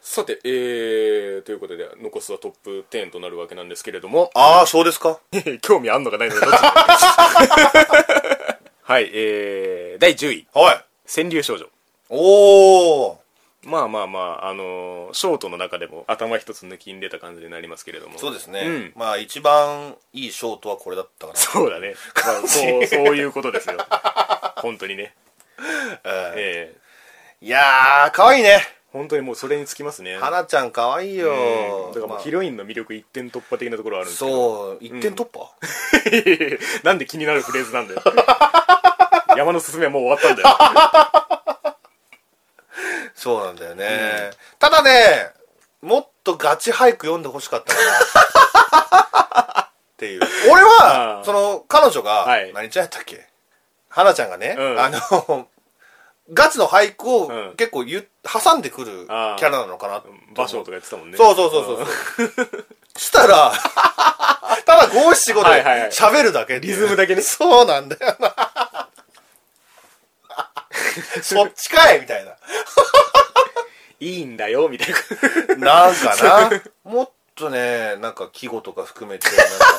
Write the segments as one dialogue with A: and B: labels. A: さて、えー、ということで、残すはトップ10となるわけなんですけれども、
B: ああ、そうですか。
A: 興味あんのかないのかどっちか はい、えー、第10位、
B: はい。
A: 川柳少女。
B: おー。
A: まあまあまあ、あのーショートの中でも頭一つ抜きんでた感じになりますけれども。
B: そうですね。
A: うん
B: まあ、一番いいショートはこれだったかな。
A: そうだね、 まあそう。そういうことですよ。本当にね。
B: え
A: ええ
B: ーいやー、可愛いね。
A: 本当にもうそれにつきますね。
B: 花ちゃん可愛いよ
A: うんだからもう
B: まあ
A: ヒロインの魅力一点突破的なところはあるんですけど。
B: そう、一点突破、
A: なんで気になるフレーズなんだよ。山のすすめはもう終わったんだよ。
B: そうなんだよね。ただね、もっとガチ俳句読んでほしかったかな。 っていう。俺
A: あ
B: は、
A: ー
B: その、彼女が、
A: はい
B: 何ちゃんやったっけ花ちゃんがね、
A: うん
B: あの、 ガチの俳句を
A: うん
B: 結構言う挟んでくるキ
A: あー
B: ャラなのかなと思う
A: 場所とか言ってたもんね。
B: そうそうそうそう。した ら、ただ五七五
A: はい
B: で
A: はいはい
B: 喋るだけっていう
A: リズムだけね
B: そうなんだよな。そっちかいみたいな。
A: いいんだよ、みたいな。
B: なんかな。もっとね、なんか季語とか含めて、なん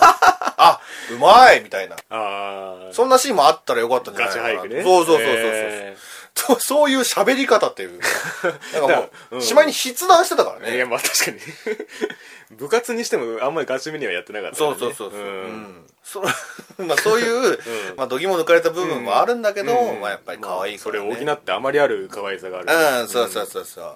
B: か、あ、うまいみたいな。
A: ああ。
B: そんなシーンもあったらよかったんじゃ
A: ガ
B: ない
A: チ
B: かな。
A: 俳句ね。
B: そうそうそうそうそう、
A: え
B: そう。そういう喋り方っていう。 なんかも
A: う
B: う、
A: ん
B: しまいに筆談してたから
A: ーいや、
B: ね。
A: まあ確かにね。部活にしてもあんまりガチめにはやってなかったか
B: そ
A: ら
B: う
A: ね。
B: そうそうそう。
A: ん
B: うんそ まあそういう、
A: ん
B: まあ度肝抜かれた部分もあるんだけど、
A: うん
B: まあやっぱり可愛い
A: まあ
B: か
A: そ
B: ら、ね
A: れを補ってあまりある可愛さがある。
B: うん、そうそうそうそう。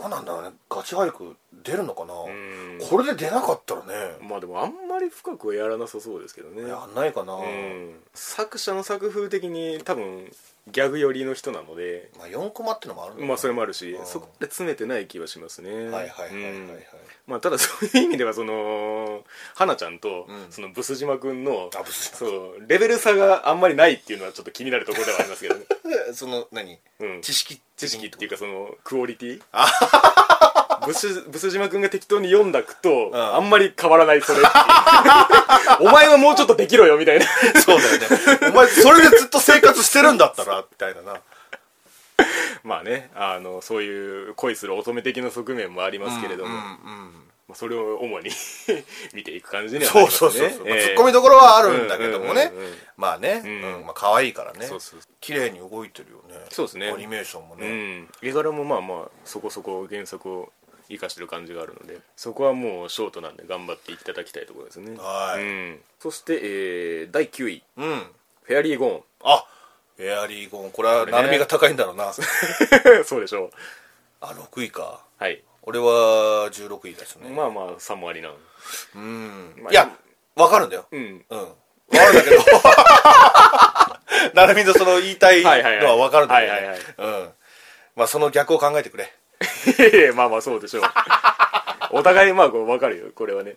B: どうなんだろうね。ガチ俳句出るのかな、
A: ん
B: これで出なかったらね、
A: まあでもあんまり深くはやらなさそうですけどね。
B: やんないかな、
A: うん作者の作風的に多分ギャグ寄りの人なので
B: まあ4コマってのもあるのかな
A: まあそれもあるし
B: うん
A: そこで詰めてない気はしますね
B: はいはいはいはいはい、
A: うんまあただそういう意味ではその花ちゃんと
B: うん
A: そのブス島君の
B: あブス島
A: そうレベル差があんまりないっていうのはちょっと気になるところではありますけど ね
B: で その何
A: うん
B: 知識
A: 知識っていう
B: か
A: かそのクオリティブスブス島君が適当に読んだくと、
B: ん
A: あんまり変わらないそれっていう お前はもうちょっとできろよみたいな
B: そうだよ ねお前それでずっと生活してるんだったらみたいなな
A: まあねあのそういう恋する乙女的な側面もありますけれども、
B: うん
A: ま
B: うん
A: あ、それを主に 見ていく感じにはなり
B: そう
A: ます
B: そ
A: ね
B: うそうそう、まあ
A: ええ
B: ツッコミどころはあるんだけどもね、
A: うんうんうんうん
B: まあね、
A: ん
B: うんまあ可愛いからね
A: そうそうそ
B: 綺麗に動いてるよね
A: そうですね
B: アニメーションも
A: う、う
B: ね、
A: ん、絵柄もまあまあそこそこ原作を生かしてる感じがあるのでそこはもうショートなんで頑張っていただきたいところですね
B: はい
A: うん、そして、えー第9位
B: うん
A: 「フェアリーゴ
B: あエアリーゴンこれは
A: れね
B: 並みが高いんだろうな
A: ーン」 そうでしょう
B: あ6位か
A: はい
B: 俺は16位ですね、
A: まあまあ3割な
B: うん
A: まあ
B: いやわかるんだよ
A: うん
B: うん。わかるんだけど。 なるみのその言いたいの
A: はいはいはい
B: はわかるんだけど、ね。
A: はいはい
B: うん。まあその逆を考えてくれ。
A: まあまあそうでしょう お互いまあこう分かるよこれはね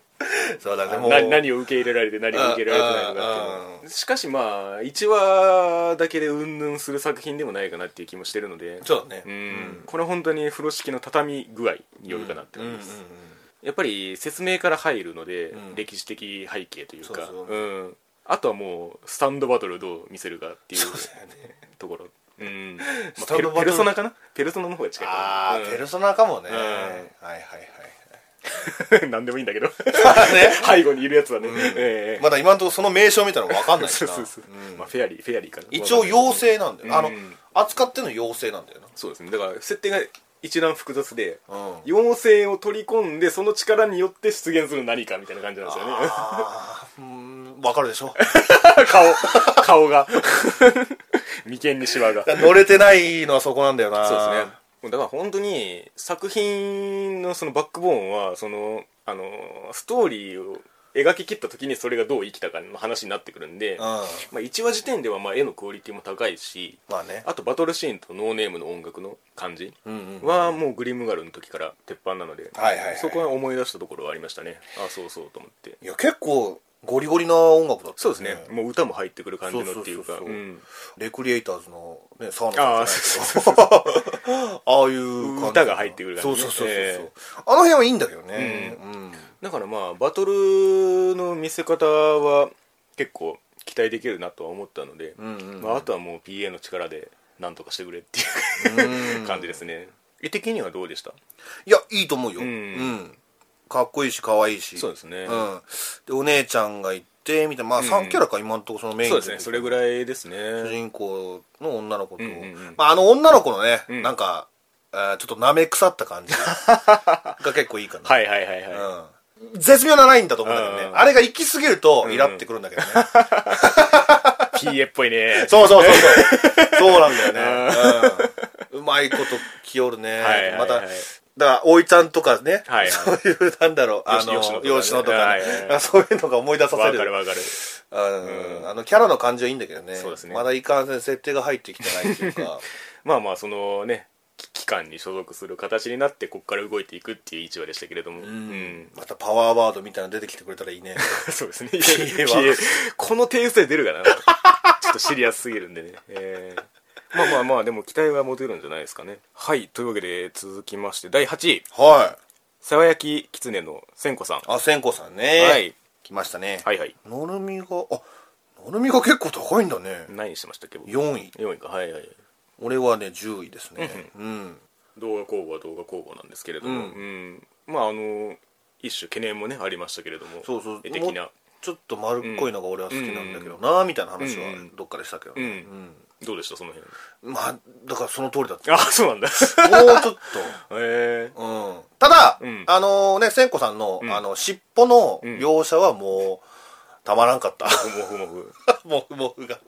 B: そうだね。もう。
A: な何を受け入れられて何を受け入れられてないのかっていうのはしかしまあ1話だけでうんぬんする作品でもないかなっていう気もしてるので
B: そうだね。
A: うん、これ本当に風呂敷の畳み具合によるかなって
B: うんう
A: 思い
B: んうん
A: ます、やっぱり説明から入るので、
B: ん
A: 歴史的背景というか
B: そうそう
A: うん、あとはもうスタンドバトルをどう見せるかっていうところうん、まあ
B: スタンドバト
A: ペル
B: ル
A: ペルソナかなペルソナの方が近いかな
B: ああ、
A: うん
B: ペルソナかもね。
A: うん
B: はいはい
A: 何でもいいんだけど
B: は い。ね。
A: 背後にいるやつはね、ええ
B: まだ今のところその名称みたいなのわかんないし
A: そう
B: な。
A: そうそう、
B: うん
A: まあ、フェアリーフェアリーかな
B: 一応妖精なんだよ。あの
A: うん、
B: 扱ってんの妖精なんだよな。
A: そうですねだから設定が一段複雑で、
B: うん。
A: 妖精を取り込んでその力によって出現する何かみたいな感じなんですよね
B: あーうんわかるでしょ。
A: 顔顔が眉間にシワ が
B: 乗れてないのはそこなんだよな。
A: そうですね。だから本当に作品のそのバックボーンはそのあのストーリーを描き切った時にそれがどう生きたかの話になってくるんで、
B: うん
A: まあ、1話時点ではまあ絵のクオリティも高いし
B: まあね。
A: あとバトルシーンとノーネームの音楽の感じ
B: うんうん。
A: はもうグリムガルの時から鉄板なので、
B: はいはいはい
A: そこは思い出したところはありましたねあそうそうと思って
B: いや結構ゴリゴリな音楽だった
A: そうですね、もう歌も入ってくる感じのっていう
B: そ
A: か
B: うそうそうそう
A: うん
B: レクリエイターズの、ね、サー
A: あ
B: ナ
A: あ
B: さんじゃないけど ああいう感じ
A: 歌が入ってくる感じ
B: そ
A: ね
B: うそうそうそう、
A: え
B: あの辺はいいんだけどねうん、
A: だからまあバトルの見せ方は結構期待できるなとは思ったので、
B: んうんうん
A: まあ、あとはもう PA の力でなんとかしてくれっていう感じですね絵的にはどうでした
B: いやいいと思うよ、
A: う
B: うんんかっこいいし可愛いし
A: そうですね
B: ん、でお姉ちゃんがいてみたいなまあ3キャラか、今のところそのメイン
A: そうですねそれぐ
B: い
A: らいです
B: 主
A: ね
B: 人公の女の子と、
A: うんうんうん
B: まあ、あの女の子のね、
A: ん
B: なんかあーちょっと舐め腐っ た感じが結構いいかな、
A: はいはいはいはい、
B: うん、絶妙なラインだと思うんだけどね、
A: うん
B: あれが行き過ぎるとイラってくるんだけどね、
A: PA っぽいね
B: そうそうそうそうそうなんだよね、うんうまいこと来よるね、
A: はいはいはい
B: まただから、おいちゃんとかね、
A: はいはい
B: そういう、なんだろう、あの、
A: よしよしのとかねはい
B: よしのとかね
A: はいはい
B: なんかそういうのが思い出させ
A: わ
B: る。
A: かるわかる
B: うんあの、キャラの感じはいいんだけどね。
A: そうですね
B: まだいかんせん設定が入ってきてないっていう か。
A: まあまあそのねき機関に所属する形になってここから動いていくっていう一話でしたけれども、うん
B: またパワーワードみたいなの出てきてくれたらいいね。
A: そうです ね
B: PA は
A: PA この点数で出るかなちょっとシリアスすぎるんでね、えーまあまあまあでも期待は持てるんじゃないですかねはいというわけで続きまして第8位
B: はい。
A: さわやききつねの千子さん、
B: あ、千子さんね。
A: はい。
B: 来ましたね。
A: はいはい
B: のるみが、あ、のるみが結構高いんだね。
A: 何位してましたっけ僕
B: 4位。
A: 4位かはいはい
B: 俺はね、10位ですね。うん。
A: 動画工房は動画工房なんですけれども、う
B: う
A: んまああの一種懸念もねありましたけれども
B: そうそう
A: 絵的な
B: もちょっと丸っこいのが俺は好きなんだけどな、みたいな話はどっかでしたけどね。
A: うんどうでしたその辺
B: まあ、だからその通りだ った。
A: あそうなんだ へ
B: もうちょっ
A: え
B: と。うん。ただ、
A: うん
B: あのね、千子さんの、
A: ん
B: あの、尻尾の
A: ん
B: 描写はもう、たまらんかった。
A: もふもふ
B: もふもふが。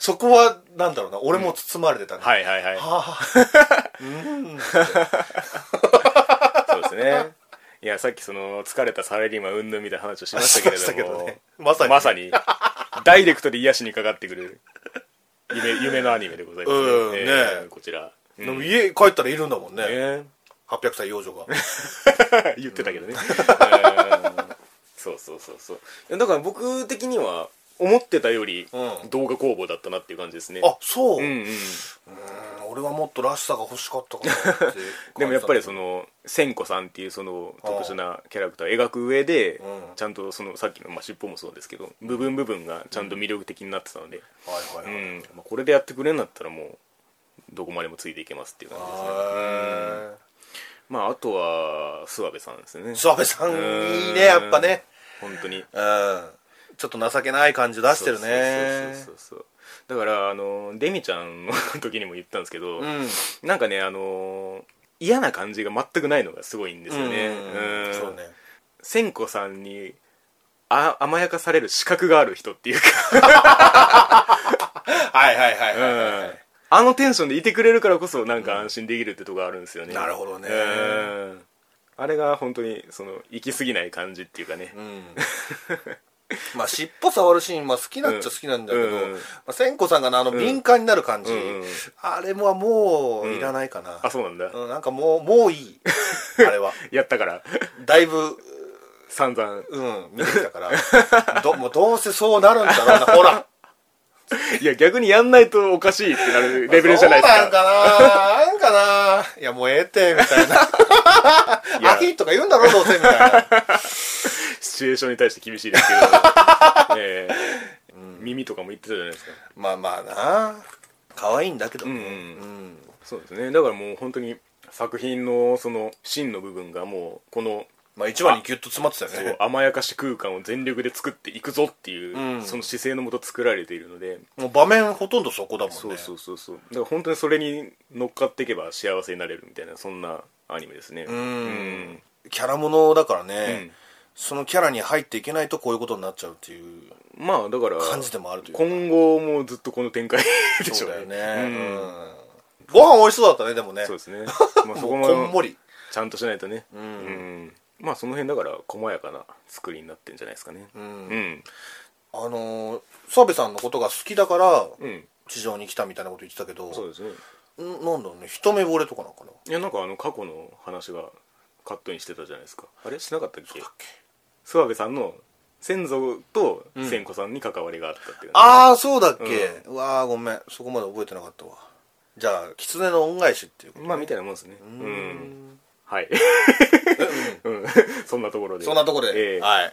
B: そこは、なんだろうな、俺も包まれてたね。
A: はいはいはい
B: は
A: そうですねいやさっきその疲れたサラリーマン云々みたいな話をしま
B: あ、
A: し
B: したま
A: けれども
B: したけどね。まさに。
A: まさにダイレクトで癒しにかかってくる夢夢のアニメでございます
B: うん
A: えー
B: ねえ
A: こちら、うん
B: でも家帰ったらいるんだもんね。
A: ね
B: 800歳幼女が。
A: 言ってたけどね、うんそうそうそうそういやだから僕的には思ってたより
B: うん
A: 動画工房だったなっていう感じですね
B: あ、そ
A: う
B: う、うんん
A: うん
B: 俺はもっとらしさが欲しかったかなって感じだ た。
A: でもやっぱりその千子さんっていうその特殊なキャラクターを描く上で
B: うん
A: ちゃんとそのさっきのまあ尻尾もそうですけど部分部分がちゃんと魅力的になってたので、
B: はいは
A: う
B: いはい。
A: んまあ、これでやってくれるんだったらもうどこまでもついていけますっていう感じですね
B: は
A: まああとは諏訪部さんですね
B: い。諏訪部さん、
A: うん
B: いいね、やっぱね。
A: 本当に
B: うんちょっと情けない感じ出してるね
A: そうそうそうそうだからあのデミちゃんの時にも言ったんですけど、
B: うん
A: なんかねあの嫌な感じが全くないのがすごいんですよね
B: うん
A: うん
B: そうね
A: 千子さんにあ甘やかされる資格がある人っていうか、
B: はいはいはいはいはいはい、
A: あのテンションでいてくれるからこそなんか安心できるってとこあるんですよね、
B: なるほどね
A: うんあれが本当にその行き過ぎない感じっていうかね、
B: うんまあ尻尾触るシーン、まあ、好きなっちゃ好きなんだけど、
A: うんうん
B: まあ、千子さんがなあの敏感になる感じ、
A: うんうん
B: あれもはもういらないかな、
A: あそうなんだ、
B: うんなんかもうもういいあれは
A: やったから
B: だいぶ
A: 散々
B: うん見てきたからどもうどうせそうなるんだろうなほら
A: いや逆にやんないとおかしいってなるレベルじゃないです
B: そうなん
A: か
B: かななんかないやもうええってみた い
A: い
B: な
A: や
B: アヒとか言うんだろうどうせみたいな
A: シチュエーションに対して厳しいですけ ど、ええ耳とかも言ってたじゃないですか
B: まあまあな可愛いんだけど、
A: うん、
B: うん
A: そうですねだからもう本当に作品のその芯の部分がもうこの
B: まあ一話にギュッと詰まってた
A: そ
B: よね
A: う甘やかし空間を全力で作っていくぞっていう、
B: うん
A: その姿勢のもと作られているので
B: もう場面ほとんどそこだもんね
A: そうそうそうそうだから本当にそれに乗っかっていけば幸せになれるみたいなそんなアニメですね
B: うん
A: うん
B: キャラものだから
A: う
B: ね
A: ん、
B: そのキャラに入っていけないとこういうことになっちゃうっていう
A: まあだから
B: 感じでもあるというか
A: 今後もずっとこの展開 でし
B: そ
A: ょ
B: うだよね、
A: うん
B: うんご飯美味しそうだったねでもね
A: そう ですねまあそこ
B: もうこんも
A: も
B: り
A: ちゃんとしないとね
B: ん
A: うんまあその辺だから細やかな作りになってんじゃないですかね
B: う
A: うんん
B: あのー澤部さんのことが好きだから
A: うん
B: 地上に来たみたいなこと言ってたけど、
A: そうですね
B: んなんだろうね一目惚れとかなのかない
A: やなんかあの過去の話がカットにしてたじゃないですかあれしなかったっけ諏訪部さんの先祖と千子さんに関わりがあったっていう、
B: ああそうだっけ、うわあごめんそこまで覚えてなかったわじゃあ狐の恩返しっていうことね
A: まあみたいなもんですねうんはい うんそんなところで
B: そんなとこで、
A: ええ
B: はい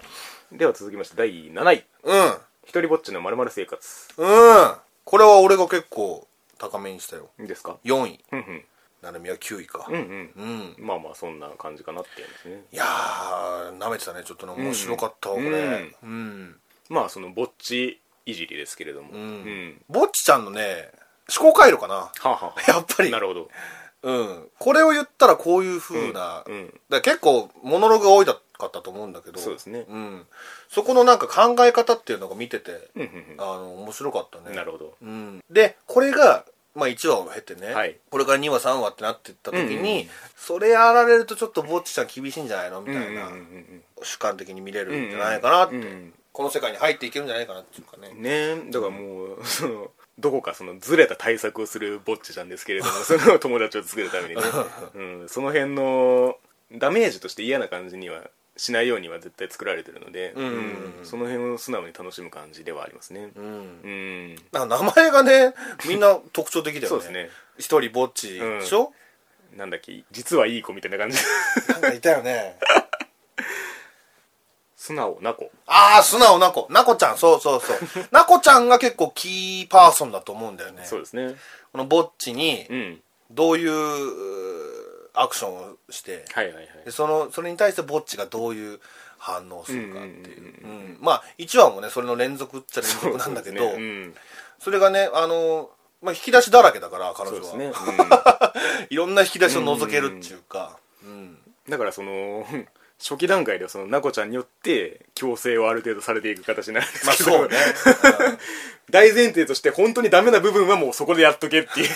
A: では続きまして第7位
B: うん
A: 一人ぼっちのまる生活
B: うんこれは俺が結構高めにしたよ
A: ですか
B: 4位
A: うんうん
B: ななみは9位か
A: うんうん
B: うん
A: まあまあそんな感じかなっていうですね
B: いやー舐めてたねちょっとね面白かったわこれ
A: うん
B: うん
A: まあそのぼっちいじりですけれどもうんん
B: ぼっちちゃんのね思考回路かな
A: はあはあ
B: やっぱり
A: なるほど
B: うんこれを言ったらこういう風な、
A: うんうん
B: だから結構モノログが多いだかったと思うんだけど
A: そうですね
B: ん、そこのなんか考え方っていうのが見てて、
A: うんうん
B: あの面白かった
A: う
B: ね
A: んなるほど
B: うん、でこれが、まあ、1話を経てね、
A: はい
B: これから2話3話ってなってった時に、
A: うんうん
B: それやられるとちょっとぼっちちゃん厳しいんじゃないのみ
A: うん
B: た
A: うん
B: いな、
A: うん
B: 主観的に見
A: う
B: れ
A: ん
B: るんじゃないかなって、
A: うんうん
B: この世界に入っていけるんじゃないかなっていうかね、
A: ねだからもうそのどこかそのずれた対策をするぼっちなんですけ れどもその友達を作るためにね、うん、その辺のダメージとして嫌な感じにはしないようには絶対作られてるので、
B: うんうんうん
A: その辺を素直に楽しむ感じではありますね
B: うん
A: うん、
B: なんか名前がねみんな特徴的 だよね
A: そうですね
B: 一人ぼっちでしょ、
A: なんだっけ実はいい子みたいな 感じ
B: なんかいたよね
A: 素直な子
B: ああ素直な子なこちゃんそうそ うそうなこちゃんが結構キーパーソンだと思うんだよね
A: そうですね
B: このぼっちに
A: うん
B: どういううーアクションをして
A: はいはいはい
B: でそのそれに対してぼっちがどういう反応するかってい
A: う
B: ううんまあ1話もねそれの連続っちゃ連
A: そう
B: 続なんだけど
A: そ
B: そう
A: ですね
B: れがねあの、まあ、引き出しだらけだから
A: うん
B: 彼
A: そう
B: 女
A: で
B: は
A: すね、
B: いろんな引き出しを覗けるっていうか、うん
A: うんだからその 初期段階ではそのなこちゃんによって強制をある程度されていく形になるん です
B: まあ
A: けど、
B: そうね、
A: 大前提として本当にダメな部分はもうそこでやっとけっていう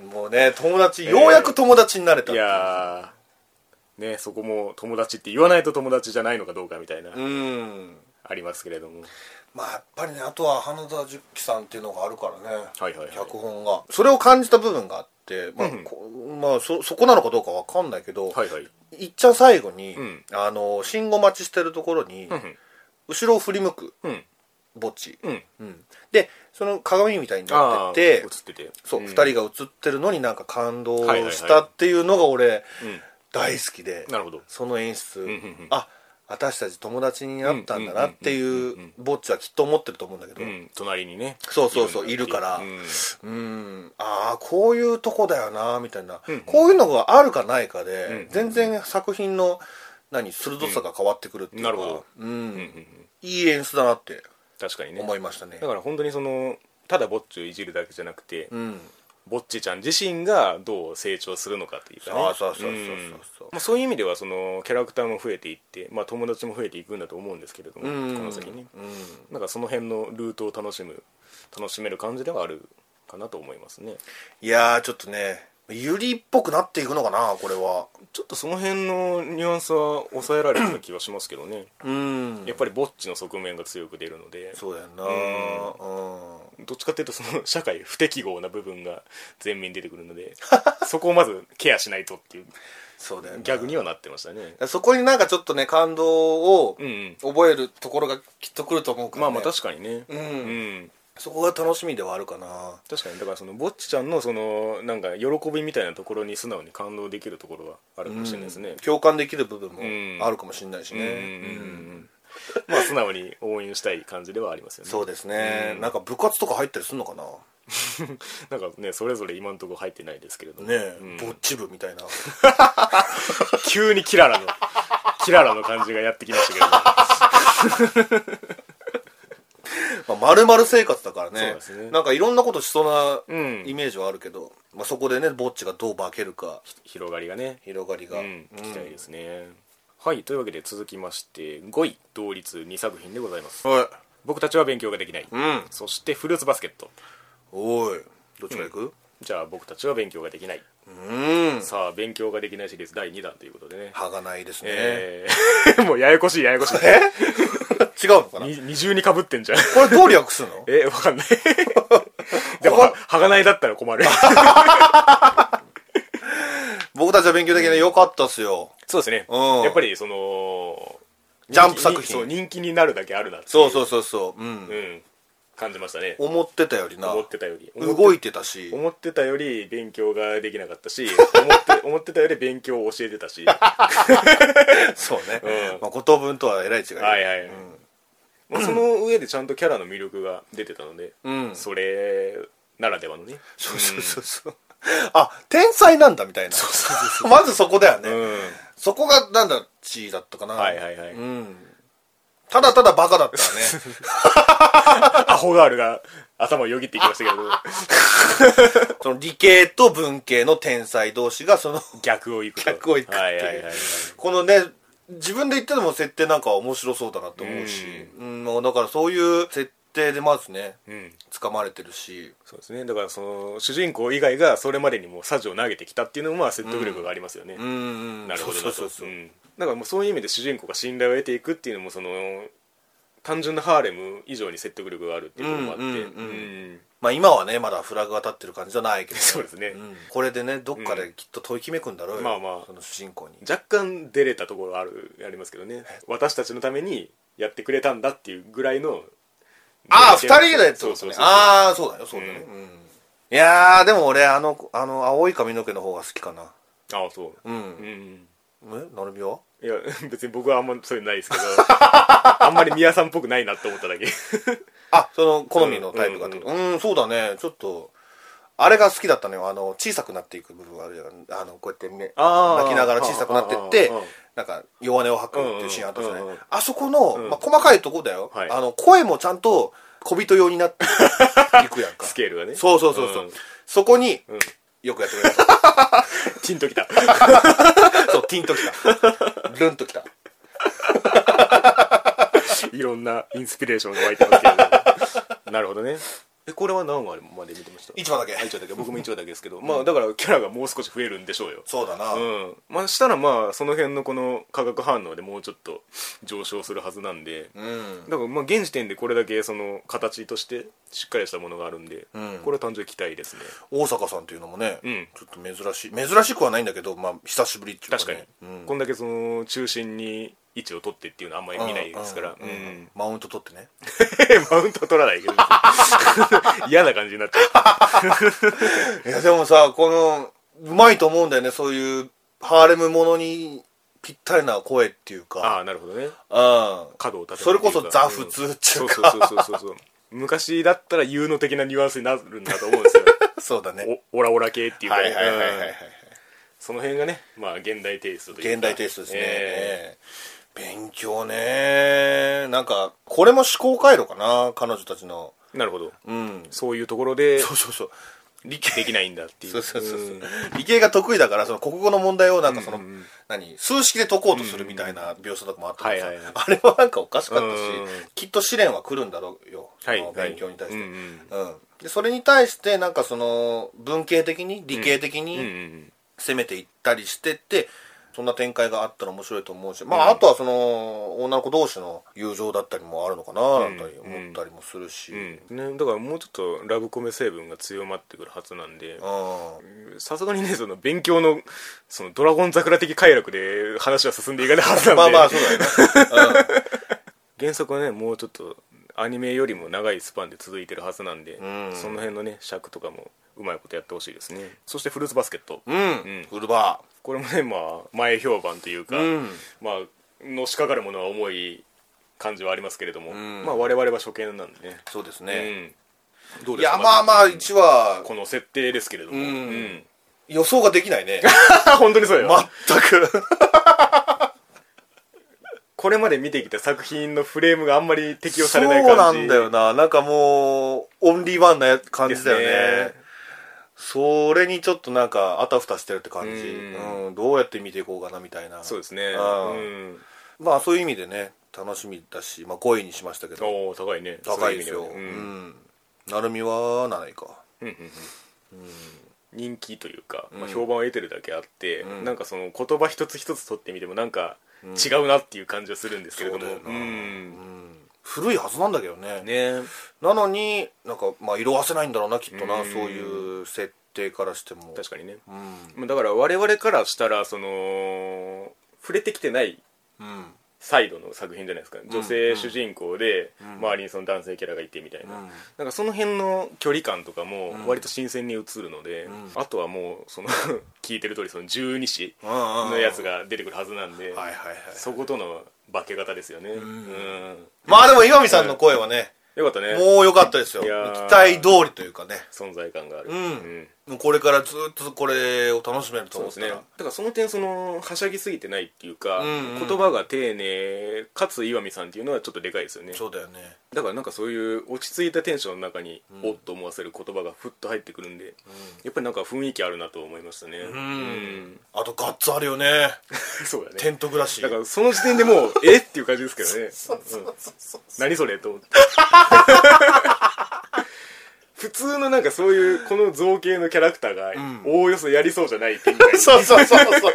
B: うんもうね友達ようやく友達になれたっ
A: い
B: ていう
A: やーねそこも友達って言わないと友達じゃないのかどうかみたいな、
B: うん
A: ありますけれども
B: まあやっぱりねあとは花田十喜さんっていうのがあるからね、
A: はいはいはい
B: 脚本がそれを感じた部分があって、まあ
A: うんうん
B: こまあ、そそこなのかどうかわかんないけど、
A: はいはい
B: いっちゃん最後に、
A: うん
B: あの信号待ちしてるところに、
A: うん
B: 後ろを振り向く
A: うん
B: ぼっち、
A: うん
B: うんでその鏡みたいにな
A: あ
B: っ
A: あ
B: て
A: 映
B: て
A: ってて
B: そう、二
A: ん
B: 2人が映ってるのになんか感動
A: はいはいはい
B: したっていうのが俺
A: うん
B: 大好きで
A: なるほど
B: その演出、
A: んうんうん
B: あ私たち友達になったんだなっ
A: うんうん
B: てい
A: うんうん
B: うぼっちはきっと思ってると思うんだけど、
A: うん隣にね
B: そうそうそういるから
A: うん
B: うんああこういうとこだよなみたいな、
A: うんうん
B: こういうのがあるかないかで、
A: うん
B: 全然作品の何鋭さが変わってくるっていうか、
A: うんなるほど
B: うん
A: うんうんうん
B: いい演出だなって
A: 確かにね
B: 思いましたね
A: だから本当にそのただぼっちをいじるだけじゃなくて、
B: うん
A: ぼっちちゃん自身がどう成長するのかというかね
B: あーそうそうそうそうそうん
A: まあ、そういう意味ではそのキャラクターも増えていって、まあ、友達も増えていくんだと思うんですけれども、
B: うん
A: この先ね
B: うん
A: なんかその辺のルートを楽しむ楽しめる感じではあるかなと思いますね
B: いやーちょっとねゆりっぽくなっていくのかなこれは
A: ちょっとその辺のニュアンスは抑えられてた気はしますけどね
B: うん
A: やっぱりぼっちの側面が強く出るので
B: そうやんなうん
A: どっちかっていうとその社会不適合な部分が前面に出てくるのでそこをまずケアしないとっていう
B: そうだよな
A: ギャグにはなってました ね
B: そこになんかちょっとね感動を
A: うんうん
B: 覚えるところがきっとくると思うから、ね
A: まあまあ確かにねう
B: う、
A: んん
B: そこが楽しみではあるかな
A: 確かにだからそのぼっちちゃんのそのなんか喜びみたいなところに素直に感動できるところはあるかもしれないですね
B: 共感できる部分
A: ん
B: もあるかもしれないし
A: うんうん
B: ね、
A: うんうんまあ素直に応援したい感じではありますよね
B: そうですね、
A: うん
B: なんか部活とか入ったりするのかな
A: なんかねそれぞれ今のところ入ってないですけれども
B: ねえ、
A: うん
B: ぼっち部みたいな
A: 急にキララの キララの感じがやってきましたけれど も
B: まあ丸々生活だからね
A: そうですね
B: なんかいろんなことしそう
A: う
B: なんイメージはあるけど、まあ、そこでねぼっちがどう化けるか
A: 広がりがね
B: 広がりが、
A: うん、
B: うん
A: 期待ですね、はいというわけで続きまして5位同率2作品でございます
B: はい
A: 僕たちは勉強ができない、
B: うん
A: そしてフルーツバスケット
B: おいどっちから行く
A: じゃあ僕たちは勉強ができない、
B: うん、
A: さあ勉強ができないシリーズ第2弾ということでね、
B: 歯がないですね、
A: えー もうややこしいややこしい
B: 違うの かなこ
A: に二重にかぶってんじゃん
B: れどうリアクするの
A: えわかんない でもははがないだったら 困る
B: 僕たちは勉強できないよかったっすよ
A: そうですね、
B: うん
A: やっぱりその
B: ジャンプ作品
A: そう人気になるだけあるなってい
B: そうそうそうそううん、
A: うん、感じましたね
B: 思ってたよりな
A: 思ってたより
B: 動いて たし
A: 思ってたより勉強ができなかったし思って思ってたより勉強を教えてたしは
B: そうね、
A: うん
B: まあ、言分とはえらい違
A: い
B: い
A: はい、はいまあその上でちゃんとキャラの魅力が出てたので、
B: うん
A: それならではのね
B: そうそうそうそう。あ、天才なんだみたいな。 まずそこだよね。
A: う
B: そこがなんだ、地位だったかな。
A: んはいはいはい、
B: うん。ただただバカだったらね。
A: アホガールが頭をよぎっていきました けど
B: その理系と文系の天才同士がその
A: 逆をいくと
B: 逆を行くっていう
A: はいはいはいはい
B: このね自分で言ってても設定なんか面白そうだなと思うし、うんもうだからそういう設定でまずね
A: うん
B: 掴まれてるし
A: そうですねだからその主人公以外がそれまでにもサジを投げてきたっていうのもまあ説得力がありますよね、
B: うんうん
A: なるほどな
B: そう
A: と
B: そうそうそう、
A: んだからもうそういう意味で主人公が信頼を得ていくっていうのもその単純なハーレム以上に説得力があるっていうこともあって、
B: うんうんうん
A: うん
B: まあ今はねまだフラグが立ってる感じじゃないけど
A: そうですね
B: んこれでねどっかできっと問い決めくんだろうよ、
A: うんまあまあ
B: その主人公に
A: 若干出れたところあるありますけどね私たちのためにやってくれたんだっていうぐらいの
B: ああ2人でってこと
A: そうそう
B: ね
A: そう
B: ああそうだよそうだね、うんいやーでも俺あのあの青い髪の毛の方が好きかな
A: ああそう
B: うん、
A: うんうん
B: えなるみはい
A: や別に僕はあんまそういうのないです けどあんまり宮さんっぽくないなって思っただけ
B: あその好みのタイプがってことうんそうだねちょっとあれが好きだったのよあの小さくなっていく部分があるじゃんあのこうやって目
A: あー
B: 泣きながら小さくなってって
A: あーあー
B: なんか弱音を吐くっていうシーンあったじゃない、
A: うんうんうんうん
B: あそこの、
A: ん
B: まあ、細かいとこだよ、
A: はい
B: あの声もちゃんと小人用になっていくや んか
A: スケールがね
B: そうそうそうそう、
A: ん
B: そこに、
A: うん
B: よくやってくれた
A: ピンときた
B: そうティンときたルンときた
A: いろんなインスピレーションが湧いてますけどなるほどねえこれは何話まで見てました
B: 一番だけ
A: あ一話だけ僕も一話だけですけどまあだからキャラがもう少し増えるんでしょうよ
B: そうだな、
A: うんまあしたらまあその辺のこの化学反応でもうちょっと上昇するはずなんで
B: うん
A: だからまあ現時点でこれだけその形としてしっかりしたものがあるんで、
B: うん
A: これは単純に期待ですね
B: 大阪さんっていうのもね、
A: うん
B: ちょっと珍しい珍しくはないんだけど、まあ、久しぶりっていうか、ね、
A: 確かに、
B: うん、
A: こんだけその中心に位置を取ってっていうのはあんまり見ないですから
B: うんうん
A: うん
B: マウント取ってね
A: マウント取ら ないけど嫌な感じになっちゃう
B: いやでもさこのうまいと思うんだよねそういうハーレムものにぴったりな声っていう
A: あ
B: か
A: あなるほどね
B: うん
A: 角を立てる
B: それこそ
A: っていうか
B: ザ・普通ってい
A: そうう
B: か、
A: そうそうそうそうそう昔だったら有能的なニュアンスになるんだと思うん ですよ
B: そうだね
A: おオラオラ系っていうか
B: はいはいはいはい、はい
A: うんその辺がねまあ現代テイストというか
B: 現代テイストですね、
A: え
B: ええ勉強ねなんかこれも思考回路かな彼女たちの
A: えなるほど
B: うん
A: そういうところで
B: そうそうそう
A: 理解できないんだっていう
B: そうそうそうそう、
A: ん
B: 理系が得意だからその国語の問題をなんかその、
A: うんうんうん
B: 何数式で解こうとするみたいな描写とかもあったからさ、
A: はいはいはい
B: あれはなんかおかしかったし、
A: うん
B: きっと試練は来るんだろうよ、
A: はい
B: その勉強に対して、
A: はいうん
B: うんでそれに対してなんかその文系的に理系的
A: うんう
B: に
A: ん
B: 攻めていったりしてって、そんな展開があったら面白いと思うし、まあ、あとはその女の子同士の友情だったりもあるのかななんて思ったりもするし、
A: うんね、だからもうちょっとラブコメ成分が強まってくるはずなんで
B: うん
A: さすがにねその勉強のそのドラゴン桜的快楽で話は進んでいかないはずなんで
B: まあまあそうだよね、
A: 原作はねもうちょっとアニメよりも長いスパンで続いてるはずなんで、
B: ん
A: その辺のね尺とかもうまいことやってほしいですねそしてフルーツバスケット、
B: うん、うん、ウルバ
A: これもねまあ前評判というか、
B: うん
A: まあのしかかるものは重い感じはありますけれども、
B: ん
A: まあ我々は初見なんでね
B: ーそうですね、
A: うんどう
B: い
A: ですか
B: やまあまあ1話
A: この設定ですけれども、
B: うん
A: うん
B: 予想ができないね
A: あ本当にそうよ、
B: 全く
A: これまで見てきた作品のフレームがあんまり適用さ
B: そう
A: れない感じ
B: なんだよななんかもうオンリーワンなや感じだよね
A: ですね
B: それにちょっとなんかあたふたしてるって感じ、
A: うん
B: うんどうやって見ていこうかなみたいな
A: そうですね
B: あー
A: うん
B: まあそういう意味でね楽しみだし、まあ、5位にしましたけど
A: おお高いね
B: 高いですよ、
A: そう
B: う
A: う意味ではねうん
B: ん、なるみは7位か
A: 人気というか、ま
B: う
A: あ、
B: ん
A: 評判を得てるだけあって、
B: うん
A: なんかその言葉一つ一つ取ってみてもなんか違うなっていう感じはするんですけれども、
B: そうだよな
A: うん
B: 古いはずなんだけどね
A: ね
B: なのになんかまあ色褪せないんだろうなきっとな、
A: うん
B: そういう設定からしても
A: 確かにね
B: うん
A: まあだから我々からしたらその触れてきてない
B: うん
A: サイドの作品じゃないですか女性主人公で周りにその男性キャラがいてみたいな、
B: うん
A: なんかその辺の距離感とかも割と新鮮に映るので、
B: ん
A: あとはもうその 聞いてる通りその十二子
B: の
A: のやつが出てくるはずなんで、
B: はいはいはい
A: そことの化け方ですよねうん、
B: まあでも岩見さんの声はね、
A: いよかったね
B: もう良かったですよ
A: いやー
B: 期待通りというかね
A: 存在感がある
B: うんもうこれからずっとこれを楽しめる
A: そ
B: と
A: う
B: 思
A: です
B: った
A: ね
B: ら
A: だからその点そのはしゃぎすぎてないっていうか、
B: うんうん
A: 言葉が丁寧かつ岩見さんっていうのはちょっとでかいですよね
B: そうだよね
A: だからなんかそういう落ち着いたテンションの中に、おっと思わせる言葉がふっと入ってくるんで、やっぱりなんか雰囲気あるなと思いましたねうん
B: あとガッツあるよね
A: そう だね
B: テント暮らし
A: だからその時点でもうえっていう感じですけどねうん何それと思って 普通のなんかそういうこの造形のキャラクターがおおよそやりそうじゃない展開
B: そうそうそう そう。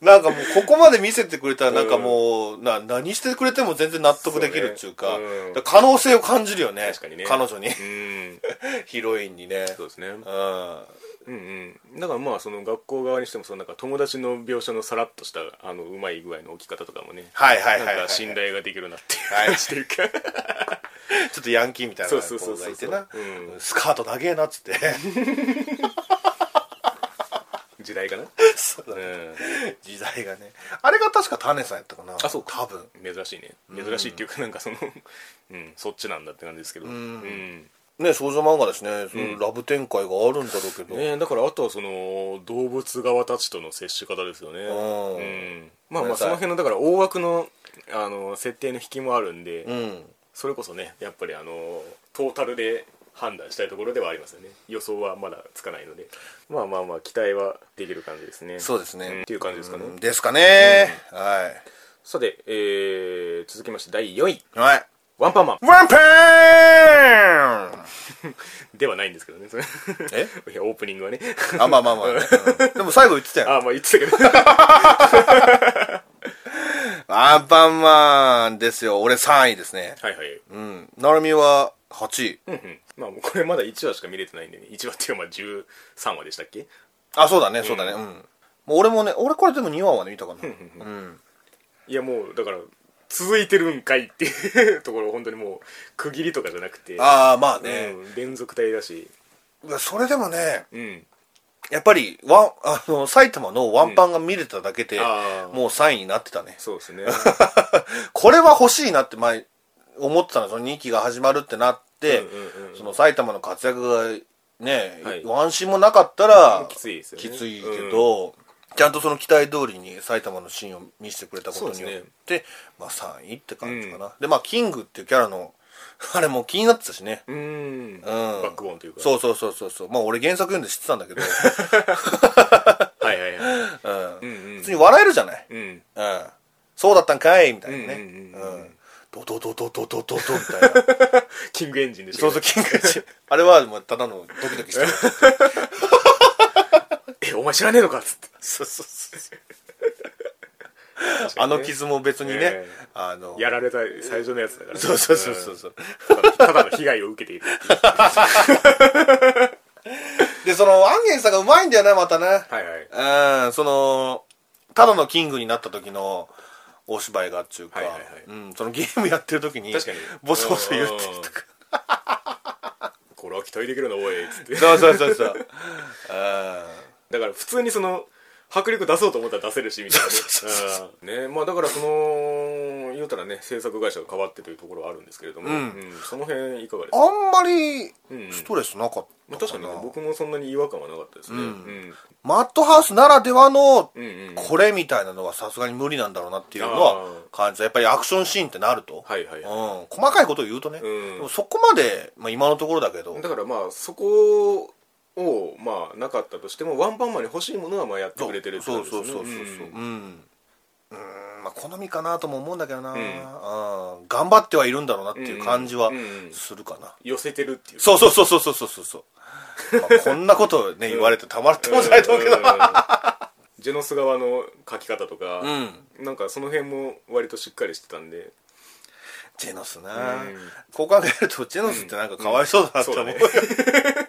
B: なんかもうここまで見せてくれたらなんかもう、な何してくれても全然納得できるっていうか
A: そうねうん
B: だから可能性を感じるよね
A: 確かにね
B: 彼女に
A: うん
B: ヒロインにね
A: そうですね
B: う
A: う
B: ん
A: んうんだからまあその学校側にしてもそのなんか友達の描写のさらっとしたあのうまい具合の置き方とかもね
B: はいはいはいはい
A: なんか信頼ができるなっていう感じというか、
B: ちょっとヤンキーみたいな
A: そうそうそう
B: 子
A: そう
B: がいてな
A: う
B: スカート長えなっつって
A: 時代かな、
B: そうだ
A: う
B: ね
A: ん、
B: 時代がねあれが確か種さんやったかな
A: あそうか
B: 多分
A: 珍しいね珍しいっていうかなんかその、うん、そっちなんだって感じですけど、うん
B: ね少女漫画ですね、そういうラブ展開があるんだろうけど、
A: ねえだからあとはその動物側たちとの接し方ですよね
B: うん
A: うんまあまあ
B: ごめんな
A: そ
B: さい
A: の辺のだから大枠のあの設定の引きもあるんで、
B: うん
A: それこそねやっぱりあのトータルで判断したいところではありますよね予想はまだつかないのでまあまあまあ期待はできる感じですね
B: そうですね、
A: んっていう感じですかね、
B: うんですかね、は
A: さて、えー、続きまして第4位
B: いはい
A: ワンパンマン
B: ワンパン
A: ではないんですけどねそれ
B: え
A: いやオープニングはね
B: あ、まあまあまあ、うんでも最後言ってたよ。
A: ああまあ言ってたけど
B: アンパンマンですよ。俺3位ですね。
A: はいはい
B: うん。なるみは8位。
A: うんうんまあもうこれまだ1話しか見れてないんでね1話っていうかまあ13話でしたっけ
B: あ、そうだね、そうだね。うん。もう俺もね、俺これでも2話はね、見たかな。うん。
A: いやもうだから続いてるんかいっていうところ本当にもう区切りとかじゃなくて
B: ああ、まあね。
A: うん、連続体だし
B: うわそれでもね、
A: うん
B: やっぱり、ワン、あの、埼玉のワンパンが見れただけで、
A: うんあー
B: もう3位になってたね。
A: そうですね
B: これは欲しいなって前、思ってたの。その2期が始まるってなって、
A: うんうんうん
B: その埼玉の活躍がね、
A: はい
B: ワンシーンもなかったら、
A: きついですよね
B: きついけど、ちゃんとその期待通りに埼玉のシーンを見せてくれたことに
A: そう
B: よ
A: ですね
B: って、まあ3位って感じかな。で、まあキングっていうキャラの、 あれも気になってたしね。
A: うーんバックボーンというか
B: そうそうそうそうそう。まあ俺原作読んで知ってたんだけど、
A: はいはいはい
B: うん
A: うんうん
B: 普通に笑えるじゃない。
A: うん
B: うん、そうだったんかいみたいなね
A: うんうんう
B: うんドドドドドドドドみたいな
A: キングエンジンでし
B: そ
A: ょ
B: うそうキングエンジンあれはもうただのドキドキしてる
A: えお前知らねえのかっつって
B: そうそうそう あの傷も別にね、
A: ええ
B: あの
A: やられた最初のやつだから
B: そうそうそうそううんそう
A: ただの被害を受けているっていう
B: でそのアンゲンさんがうまいんだよねまたね、
A: はいはい
B: うんそのただのキングになった時のお芝居がっていうか、
A: はいはいはい
B: うん、そのゲームやってる時に
A: 確かに
B: ボソボソ言ってるとか
A: これは期待できるなおいっつって
B: そうそう そうそううん
A: だから普通にその迫力出そうと思ったら出せるしみたいなねうんねまあだからその言うたらね制作会社が変わってというところはあるんですけれども、
B: ん
A: うんその辺いかがですか、
B: あんまり
A: うん
B: ストレスなかっ
A: まあ、
B: た
A: 確か
B: か
A: に
B: な、
A: ね僕もそんなに違和感はなかったですね、
B: うん
A: うん
B: マッドハウスならではの
A: うんうん
B: これみたいなのはさすがに無理なんだろうなっていうの
A: あ
B: は
A: ー
B: 感じたやっぱりアクションシーンってなると、
A: はいはいはい
B: うん、細かいことを言うとね、
A: うん
B: でもそこまで、まあ、今のところだけど
A: だからまあそこをまあなかったとしてもワンパンマンに欲しいものはまあやってくれてるってこ
B: そ
A: と
B: う
A: です
B: そ
A: よ
B: う
A: ね
B: そうそうそううんうんまあ好みかなとも思うんだけどな、うんん、頑張ってはいるんだろうなっていう感じは
A: うんうん
B: するかな、
A: 寄せてるっていう
B: そうそうそうそうそうそうそ うそう、まあこんなことをね言われてたまらってもないと思うけど
A: んジェノス側の書き方とか、
B: うん
A: なんかその辺も割としっかりしてたんで
B: ジェノスな、
A: うん
B: こう考えるとジェノスってなんかかわいそうだなって思う,、
A: うんうん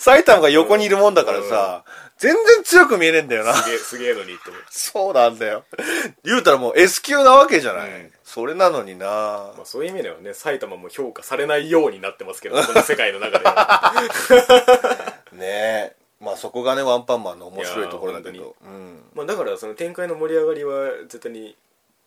B: 埼玉が横にいるもんだからさ、全然強く見えねえんだよな
A: すげえ すげえのにって思う、
B: そうなんだよ言うたらもう S 級なわけじゃない、
A: うん
B: それなのにな
A: まあ、そういう意味ではね埼玉も評価されないようになってますけ どこの世界の中では
B: ねえまあそこがねワンパンマンの面白いところだけ
A: いやー
B: どうん
A: まあだからその展開の盛り上がりは絶対に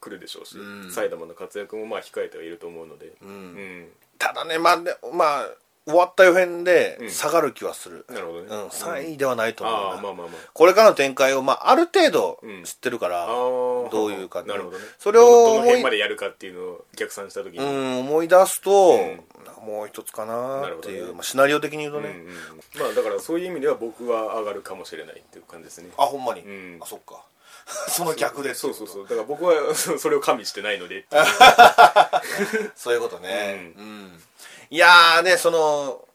A: 来るでしょうし、
B: うん
A: 埼玉の活躍もまあ控えてはいると思うので、
B: うん
A: うん
B: ただねまあねまあ終わった予選
A: う
B: で
A: ん
B: 下がる気はする、
A: なるほどね
B: うん、3位ではないと思うな、
A: ああまあまあまあ
B: これからの展開を、まあ、ある程度
A: うん
B: 知ってるから、
A: あー
B: どういうか
A: なるほどね
B: それを
A: どの
B: 思い
A: 辺までやるかっていうのを逆算した時に、
B: う
A: うん
B: ん、思い出すと、
A: う
B: もう一つかなってい
A: なるほ
B: う、
A: どね
B: まあ、シナリオ的に言うとね、
A: うんまあだからそういう意味では僕は上がるかもしれないっていう感じですね
B: あほんまに、
A: うん
B: あそっか その逆で
A: そうそう
B: う
A: そうだから僕は それを加味してないのでっていう
B: そういうことねう、
A: うん
B: いやーねその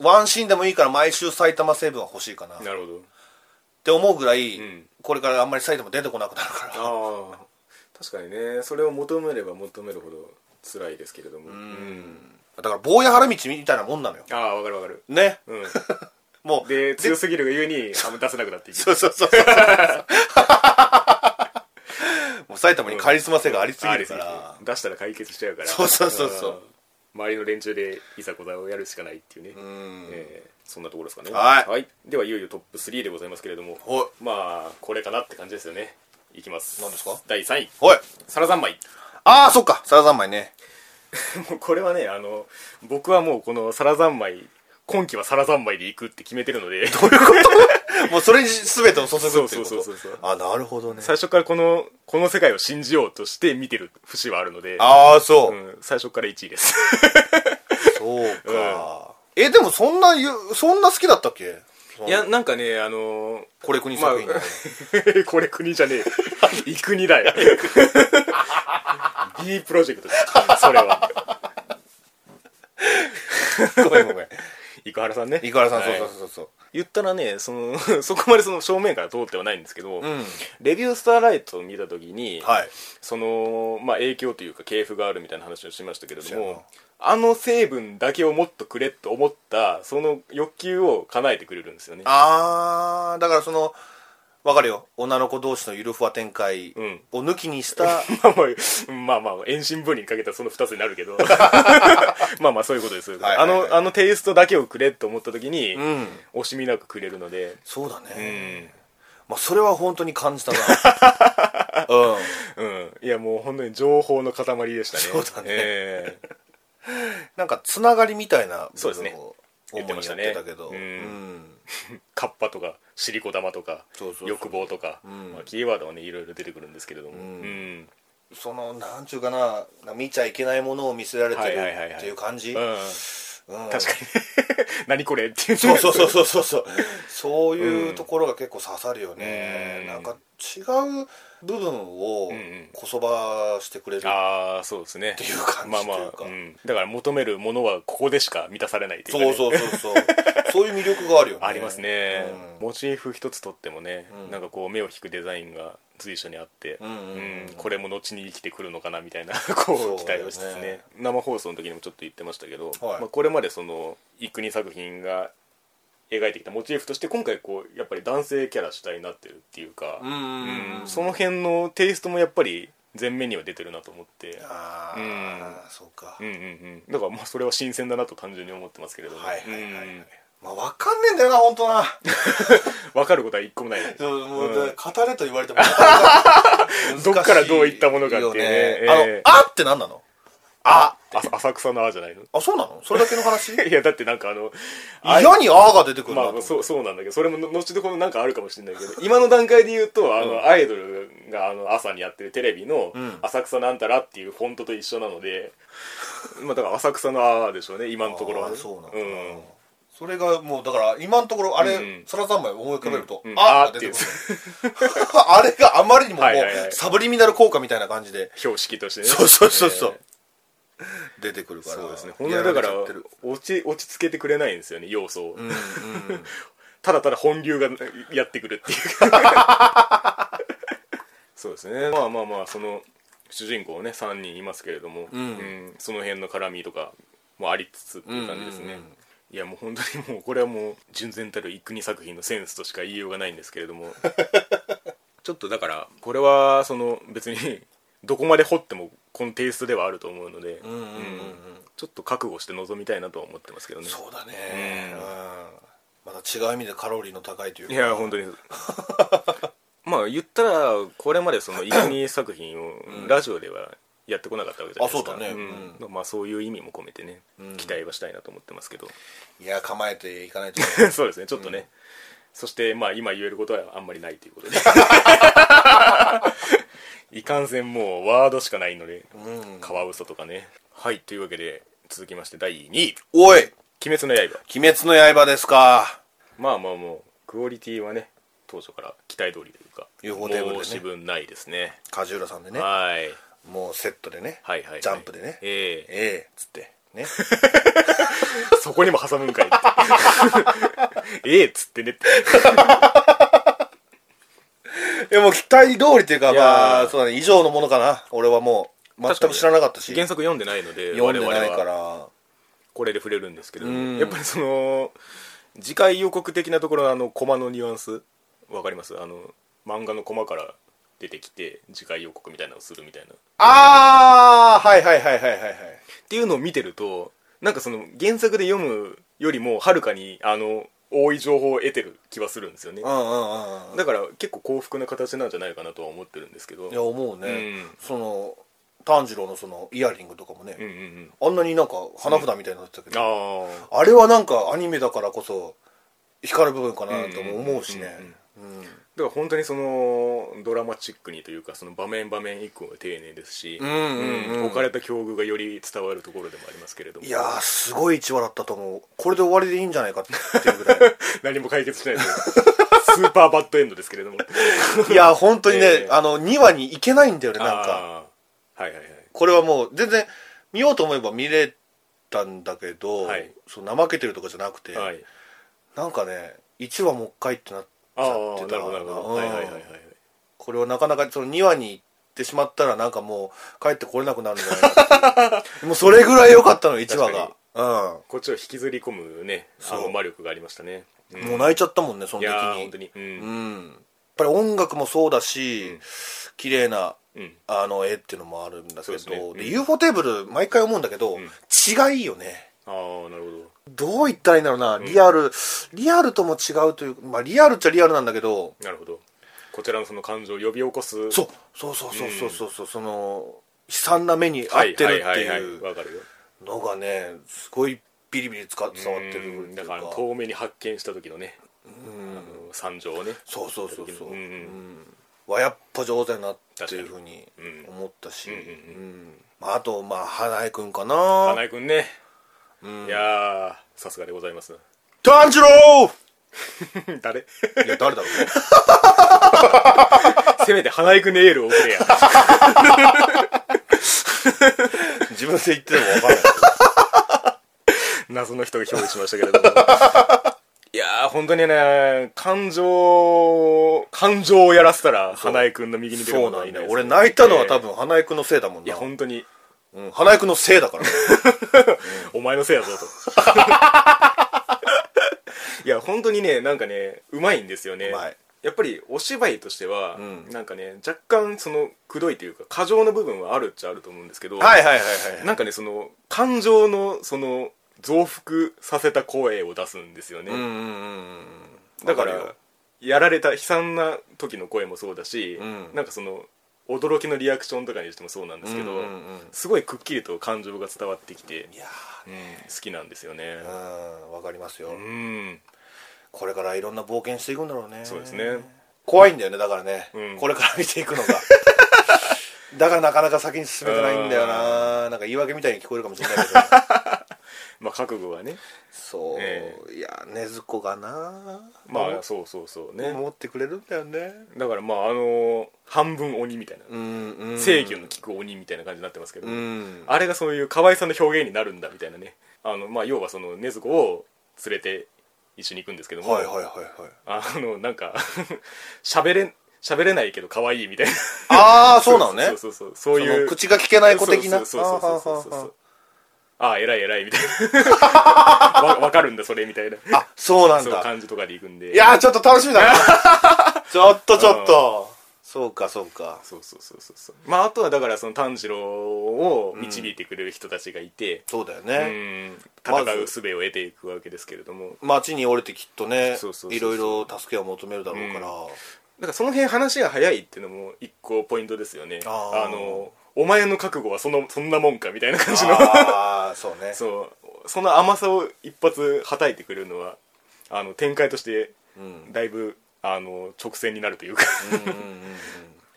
B: ワンシーンでもいいから毎週埼玉成分は欲しいかなっ
A: なるほど
B: て思うぐらい、
A: うん
B: これからあんまり埼玉出てこなくなるか
A: あ
B: ら
A: あ確かにねそれを求めれば求めるほど辛いですけれども、うん
B: だから坊や原道みたいなもんなのよ
A: ああわかるわかる
B: ね
A: うん
B: もう
A: で強すぎるがゆえにあんま出せなくなっていく
B: そうそうそうそうもう埼玉にカリスマ性がありすぎ
A: あ
B: る
A: り
B: か
A: すぎて
B: ら
A: 出したら解決しちゃうから
B: そうそうそうそう
A: うん周りの連中でいざこざをやるしかないっていうね、
B: ん
A: えーそんなところですかね
B: はい
A: ではいよいよトップ3でございますけれども
B: はい
A: まあこれかなって感じですよねいきます
B: 何ですか
A: 第3位
B: おい
A: 皿三昧
B: ああそっかサラ三昧ね
A: もう これはねあの僕はもうこの皿三昧今季は皿三昧で行くって決めてるので
B: もうそれに全てを注ぐっていうこと
A: そうそうそうそう
B: あなるほど ね
A: 最初からこのこの世界を信じようとして見てる節はあるので
B: ああそう、
A: うん、最初から1位です
B: そうか、えでもそんな言うそんな好きだったっけ
A: いやなんかねあのー
B: これ国作品、
A: まあこれ国じ ゃねえよ い国だよ B プロジェクトだそれは
B: ごめんごめん
A: 生原さんね
B: 生原さん、
A: はい
B: そうそうそうそう
A: 言ったらねその そこまでその正面から通ってはないんですけど、
B: うん
A: レビュースターライトを見た時に、
B: はい
A: その、まあ、影響というか系譜があるみたいな話をしましたけれど
B: そうやな
A: もあの成分だけをもっとくれと思ったその欲求を叶えてくれるんですよね
B: あーだからそのわかるよ女の子同士のゆるふわ展開
A: うん
B: を抜きにした、
A: まあまあうん、まあまあ、遠心分離にかけたらその2つになるけ ど。まあまあ、そういうことです。
B: はいはいはい
A: あの、あのテイストだけをくれと思った時に、
B: うん
A: 惜しみなくくれるので、
B: そうだ
A: う
B: ね、
A: ん。
B: まあそれは本当に感じ たなうん
A: うん。いや、もう本当に情報の塊でしたね。
B: そうだね
A: ええ
B: なんかつながりみたいな
A: そうですね
B: 主にやってたけ
A: 言ってました
B: ど
A: ねうん
B: うん
A: カッパとか、尻子玉とか、
B: そうそうそう
A: 欲望とか、まあ、キーワードはね、いろいろ出てくるんですけれども。うん。
B: そのなんちゅうかな見ちゃいけないものを見せられてる
A: はいはいはいはい
B: っていう感じ、
A: うん
B: うん
A: 確かに。 何これっていう。
B: そうそうそうそうそうそうそういうところが結構刺さるよね、
A: うん
B: なんか違う部分を
A: んうん
B: こそばしてくれる、
A: ああ、そうですね。って
B: いう感じというか
A: まあまあ、うんだから求めるものはここでしか満たされないっていうか
B: そ
A: ね
B: うそうそうそうそういう魅力があるよ ね
A: ありますね、
B: うん
A: モチーフ一つとってもね、
B: うん
A: なんかこう目を引くデザインが随所にあって、
B: うんうんうん
A: これも後に生きてくるのかなみたいな こう
B: そう
A: 期
B: だよ
A: 待
B: ね
A: をしつつね生放送の時にもちょっと言ってましたけど、
B: はい
A: まあ、これまでその幾国作品が描いてきたモチーフとして今回こうやっぱり男性キャラ主体になってるっていうか、
B: うんうんうん
A: うんその辺のテイストもやっぱり前面には出てるなと思って。
B: ああ、そうか、
A: うんうんうん、だからまあそれは新鮮だなと単純に思ってますけれども、
B: はいはいはい、
A: うん
B: まあわかんねえんだよな本当な
A: 分かることは一個もない
B: そうもう、
A: うん
B: 語れと言われてもなか な
A: どっからどういったものかっていうね
B: 難しいよ
A: ええ
B: あのあって何なのあ
A: あ浅草の「あ」じゃないの
B: あそうなのそれだけの話
A: いやだってなんかあの
B: 意外に「あ」が出てくるなと
A: ま
B: 思
A: あ
B: って、
A: そうそうなんだけどそれもの後でこのなんかあるかもしれないけど 今の段階で言うとあの、アイドルがあの朝にやってるテレビの
B: ん
A: 「浅草なんたら」っていうフォントと一緒なので、まあだから浅草の「あ」でしょうね今のところは、
B: あ
A: ね、
B: そうなのかな、
A: うん
B: それがもうだから今のところあ
A: うんう
B: れ
A: ん
B: サラ三昧思い浮かべると
A: うんう
B: 「
A: ん
B: あ」
A: あ
B: が
A: ー
B: 出てくる あれがあまりにもも
A: はいはいは
B: う
A: い
B: サブリミナル効果みたいな感じで
A: 標識としてね
B: そうそうそうそう
A: え
B: 出てくるか
A: ー
B: ら
A: そうですね本当にだから落ち落ち着けてくれないんですよね要素を、
B: うんうん
A: ただただ本流がやってくる っていうそうですねまあまあまあその主人公ね3人いますけれども、
B: ん
A: うんその辺の絡みとかもありつつっていう感じですね、
B: うんうんうん
A: いやもう本当にもうこれはもう純然たる幾国作品のセンスとしか言いようがないんですけれど もちょっとだからこれはその別にどこまで掘ってもこのテイストではあると思うので、
B: うんうんうんうん
A: うんちょっと覚悟して臨みたいなとは思ってますけどね
B: そうだね
A: うん
B: うんまた違う意味でカロリーの高いという
A: い
B: か
A: や本当にまあ言ったらこれまでその生贄作品をラジオではやってこなかったわけじゃないですか
B: あそうだね
A: んまあ、そういう意味も込めてね
B: うん
A: 期待はしたいなと思ってますけ ど、
B: いや構えていかないと
A: そうですねちょっとね、そしてまあ今言えることはあんまりないという ことでいかんせんもうワードしかないので
B: うん
A: カワウソとかねはいというわけで続きまして第2位
B: おい
A: 「鬼滅の刃
B: 「鬼滅の刃」ですか」
A: まあまあもうクオリティはね当初から期待通りというか
B: UFO テーブルでね
A: 申し分ないですね
B: 梶浦さんでね
A: はい
B: もうセットでね
A: はいはいはい
B: ジャンプでね
A: ええ
B: ええつってね
A: そこにも挟むんかいってええっつって ねって
B: いやもう期待通りっていうか
A: いやー
B: まあそうだね以上のものかな俺はもう全く知らなかったし
A: 原作読んでないので
B: 読んでない
A: 我々
B: か
A: は
B: ら
A: これで触れるんですけど
B: うん
A: やっぱりその次回予告的なところのあのコマのニュアンスわかりますあの漫画のコマから出てきて次回予告みたいなのをするみたいなっ
B: ああはいはいはいはいはいはい
A: ていうのを見てるとなんかその原作で読むよりもはるかにあの多い情報を得てる気はするんですよね
B: うんうんうんうん
A: だから結構幸福な形なんじゃないかなとは思ってるんですけど
B: いや思うね、
A: うん
B: その炭治郎のそのイヤリングとかもね
A: うん、うんうん
B: あんなになんか花札みたいになってたけど、
A: ああ
B: あれはなんかアニメだからこそ光る部分かなとも思うしねうん
A: だから本当にそのドラマチックにというかその場面場面以降が丁寧ですし、
B: うんうんうん
A: 置かれた境遇がより伝わるところでもありますけれども
B: いやーすごい1話だったと思うこれで終わりでいいんじゃないかっていうぐらい
A: 何も解決しないですスーパーバッドエンドですけれ ども
B: いやー本当にね、
A: ええ
B: あの2話に行けないんだよねなんか
A: あーはいはいはい
B: これはもう全然見ようと思えば見れたんだけど、
A: はい
B: そう怠けてるとかじゃなくて、
A: はい
B: なんかね1話もう一回ってなっち
A: ああ
B: ゃっ
A: な
B: て
A: る
B: た
A: ほどなるほど
B: うん
A: はいはいはいはい
B: これはなかなかその2話に行ってしまったらなんかもう帰ってこれなくなるんじゃないかっていう もうそれぐらい良かったの1話がう
A: こっちを引きずり込むねあ
B: そ
A: の
B: う
A: 魔力がありましたね、うん
B: んもう泣いちゃったもんねその
A: い
B: 時
A: やー
B: に
A: 本当にうん
B: う、んやっぱり音楽もそうだし、綺麗な
A: うん
B: あの絵っていうのもあるんだけ
A: そうで
B: ど
A: すねうん
B: で UFO テーブル毎回思うんだけど、
A: ん
B: 違いよね
A: ああなるほど
B: どう言ったらいいんだろうな、リアルリアルとも違うというまあリアルっちゃリアルなんだけど
A: なるほどこちらのその感情を呼び起こす
B: そうそうそうそうそうそうそう、その悲惨な目に遭ってるって
A: はいはいはいは
B: いう
A: いわかるよ
B: のがねすごいビリビリ使って伝わってる
A: うん
B: って
A: だ
B: いう
A: か
B: から
A: 遠目に発見した時のね、
B: う
A: あ
B: ん
A: の惨状をね
B: そうそうそうそう、
A: う
B: うん
A: うん
B: ん、はやっぱ上手だなっていうふうに
A: 確かにうん
B: 思ったし、
A: う
B: うんん
A: うん
B: まあ、あとまあ花江君か
A: 花
B: な
A: 井君ね、
B: うん
A: いやーさすがでございます
B: 炭治郎
A: 誰
B: いや誰だろうね
A: せめて花井君にエールを送れや
B: 自分で言ってても分から ない
A: 謎の人が表現しましたけれ どもいやー本当にね感情感情をやらせたら花井君の右に出る
B: そう
A: 者
B: な
A: はい
B: ん
A: な
B: だ
A: いで
B: よ
A: すね
B: 俺泣いたのは多
A: え
B: 分花江君のせいだもん
A: えい
B: な
A: や、本当に
B: うん、花江君のせいだからね
A: お前のせいやぞ と いや本当にねなんかねうまいんですよね
B: うまい
A: やっぱりお芝居としては、
B: うん
A: なんかね若干そのくどいというか過剰な部分はあるっちゃあると思うんですけど、
B: はいはいはいはい
A: なんかねその感情のその増幅させた声を出すんですよね、
B: うんうんうんうん
A: だか
B: わるよ
A: らやられた悲惨な時の声もそうだし、
B: うん
A: なんかその驚きのリアクションとかにしてもそうなんですけど、
B: うんうんうん
A: すごいくっきりと感情が伝わってきて
B: いや
A: 好きなんですよね
B: ーうんわかりますよ、
A: うん
B: これからいろんな冒険していくんだろうね
A: そうですね
B: 怖いんだよねだからね、
A: うん
B: これから見ていくの がだからなかなか先に進めてないんだよななんか言い訳みたいに聞こえるかもしれないけど
A: まあ覚悟はね
B: そう、
A: え
B: いや禰豆子がな
A: まあそうそうそうね
B: 守ってくれるんだよね
A: だからまああの半分鬼みたいな、
B: うんうん
A: 制御の効く鬼みたいな感じになってますけど、
B: うん
A: あれがそういう可愛さの表現になるんだみたいなねあのまあ要はその禰豆子を連れて一緒に行くんですけども、
B: はいはいはい はい
A: あのなんか 喋れ喋れないけど可愛いみたいな
B: ああそうなのね
A: そうそうそうそう
B: そ
A: い
B: の
A: う
B: 口が聞けない子的な
A: そうそうそうそうそうそう
B: あ
A: そうああ
B: ーはーはーは
A: 偉い偉いみたい なわわかるんだそれみたいな
B: ーあそうなん
A: そういう
B: だ
A: 感じとかで行くんで
B: いやーちょっと楽し みだなちょっとちょっとそうかそうか
A: そうそうそうそうそうまああとはだからその炭治郎を導いてくれる人たちがいて、
B: そうだよ
A: う
B: ね、
A: ん、
B: ま
A: 戦う
B: ず
A: 術を得ていくわけですけれども
B: 街に降りてきっとね
A: そうそうそうそう
B: いろいろ助けを求めるだろうか
A: だ
B: ら
A: からその辺話が早いっていうのも一個ポイントですよね
B: あー
A: あのお前の覚悟はそのそんなもんかみたいな感じの
B: ああそうね
A: そうその甘さを一発はたいてくれるのはあの展開として
B: うん
A: だいぶあの直線になるというか
B: うんうんうんうん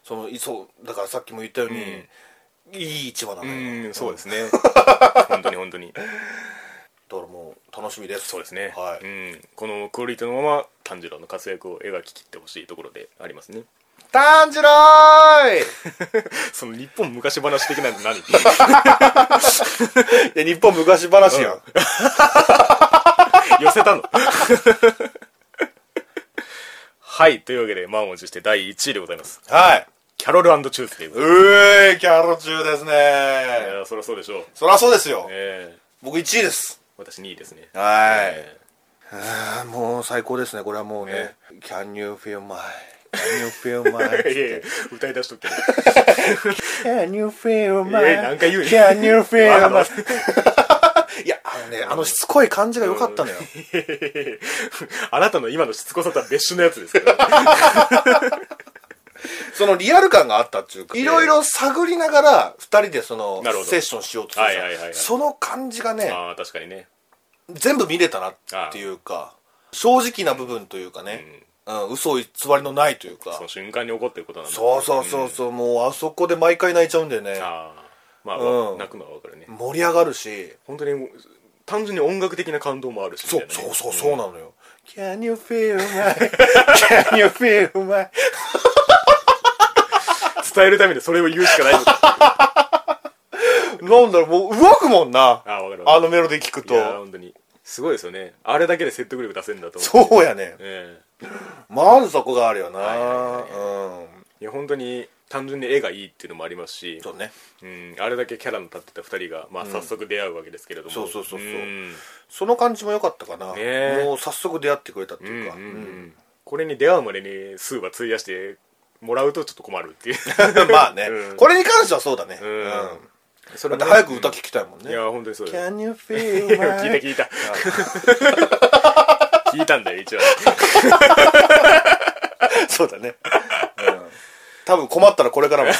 B: そのいそうだからさっきも言ったように、いい市場な
A: う
B: のよ、
A: んそうですね本当に本当に
B: だからもう楽しみです
A: そうですね、
B: はい、
A: うん、このクオリティのまま炭治郎の活躍を描ききってほしいところでありますね
B: 炭治郎
A: その日本昔話的なんて 何
B: ーいいや日本昔話やん、
A: 寄せたのはいというわけで満を持して第1位でございます
B: はい
A: キャロルチューズということで
B: うえいキャロ中です
A: い
B: ね
A: やそりゃそうでしょう、
B: そりゃそうですよ
A: えー
B: 僕1位です
A: 私2位ですね
B: は
A: えー
B: あーもう最高ですねこれはもうね
A: ね
B: 「Can you feel my Can you feel my
A: いやいや歌い出し とっけど
B: Can you feel
A: いやいや何回言う
B: my
A: ね
B: Can you
A: わ
B: feel
A: か
B: my
A: る
B: いやあのねあのしつこい感じが良かったのよ
A: あなたの今のしつこさとは別種のやつですけど
B: そのリアル感があったっていうかいろいろ探りながら2人でその
A: なるほど
B: セッションしようとするじゃん
A: はいはいはいはい
B: その感じがね
A: ああ確かにね
B: 全部見れたなっていうか正直な部分というかね、うん、嘘偽りのないというか
A: その瞬間に起こってることなんだ
B: そうそうそうそう、もうあそこで毎回泣いちゃうんだよね
A: ああまあ、
B: うん
A: 泣くのは分かるね
B: 盛り上がるし
A: 本当に単純に音楽的な感動もあるし
B: そう
A: みたいな
B: そ
A: ね
B: うそうそうなのよ、Can you feel my Can you feel my
A: 伝えるためにそれを言うしかないのか
B: なんだろうもう動くもん
A: あ
B: な
A: あ分かる 分か
B: あ
A: る
B: のメロディー聞く
A: いやー
B: と
A: 本当にすごいですよねあれだけで説得力出せるんだと思う
B: そうや ね
A: ええ
B: まずそこがあるよな、
A: いはい
B: うん
A: いや本当に単純に絵がいいっていうのもありますし
B: そうね
A: うん、あれだけキャラの立ってた2人が、まあ、早速出会うわけですけれども、
B: そうそうそうそうんその感じも良かったかな、
A: え
B: もう早速出会ってくれたっていうか、
A: う
B: うん
A: んこれに出会うまでに数は費やしてもらうとちょっと困るっていう
B: まあね、
A: うん
B: これに関してはそうだね、うん
A: んそ
B: だ
A: れね
B: って早く歌聞きたいもんね
A: いや本当にそうだ よ
B: Can you feel
A: 聞いた
B: my
A: 聞い た聞いたんだよ一応
B: そうだね、うん、多分困ったらこれからもちょっ